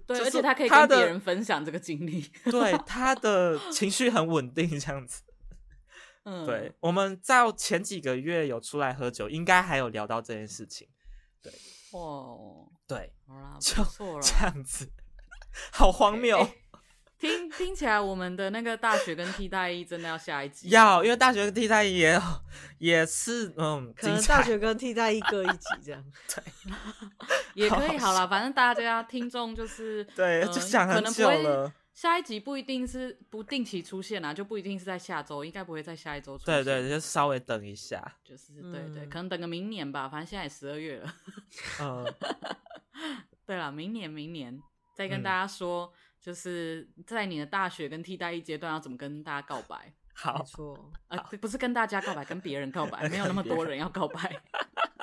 对，
就
而且
是
他可以
他
跟别
的
人分享这个经历。 *laughs*
对，他的情绪很稳定，这样子。
嗯，
对，，我们在前几个月有出来喝酒，应该还有聊到这件事情。
哇哦，
对，
好啦，
就
不错啦
这。样子，好荒谬。
哎听听起来，我们的那个大学跟替代役真的要下一集。
要，因为大学替代也有，也是嗯，
可
精
能大
彩。
学跟替代一各一集这样。
也可以
好 *laughs*
好啦，反正大家听众就是
对
呃
就想很
可能不
久
会
了
下一集不一定是不定期出现啊，就不一定是在下周，应该不会在下一周出
对
现。
对，，就稍微等一下。
就是对对，
嗯
可能等个明年吧，反正现在也十二月了。
嗯，
*laughs* 对啦，明年明年再
嗯
跟大家说，就是在你的大学跟替代一阶段要怎么跟大家告白。
没
好，
错，
呃，不是跟大家告白，跟别人告
*laughs*
白，没有那么
跟别
多人要告白。 *laughs*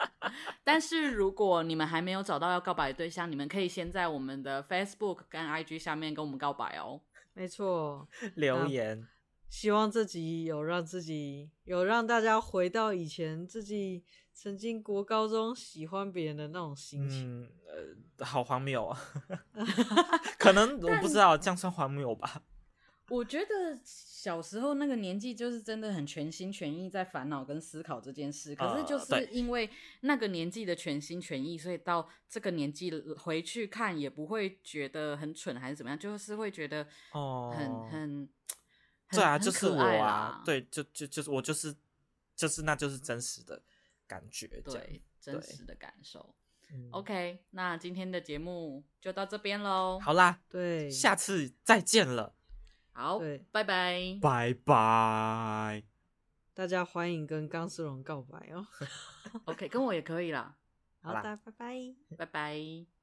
但是如果你们还没有找到要告白的对象，你们可以先在我们的 Facebook 跟 IG 下面跟我们告白哦。
没错。
留
那
言
希望这集有让自己有让大家回到以前自己曾经国高中喜欢别人的那种心情。
嗯
*laughs*
呃，好荒谬啊！可能我不知道这样算荒谬吧？
我觉得小时候那个年纪，就是真的很全心全意在烦恼跟思考这件事。可是就
呃对
是因为那个年纪的全心全意，所以到这个年纪回去看，也不会觉得很蠢还是怎么样，就是会觉得
哦
很很。
对啊，
很
就是我，
很可爱
啊
啦，
对，就就就是我就是就是那就是真实的感觉，这样
对，真
对
实的感受。
嗯
OK，那今天的节目就到这边喽。
好啦，
对，
下次再见了，
好
对，
拜拜。
拜拜。
大家欢迎跟钢丝绒告白哦。 *laughs*
OK，跟我也可以啦。
好
好
啦
的，拜拜。
拜拜。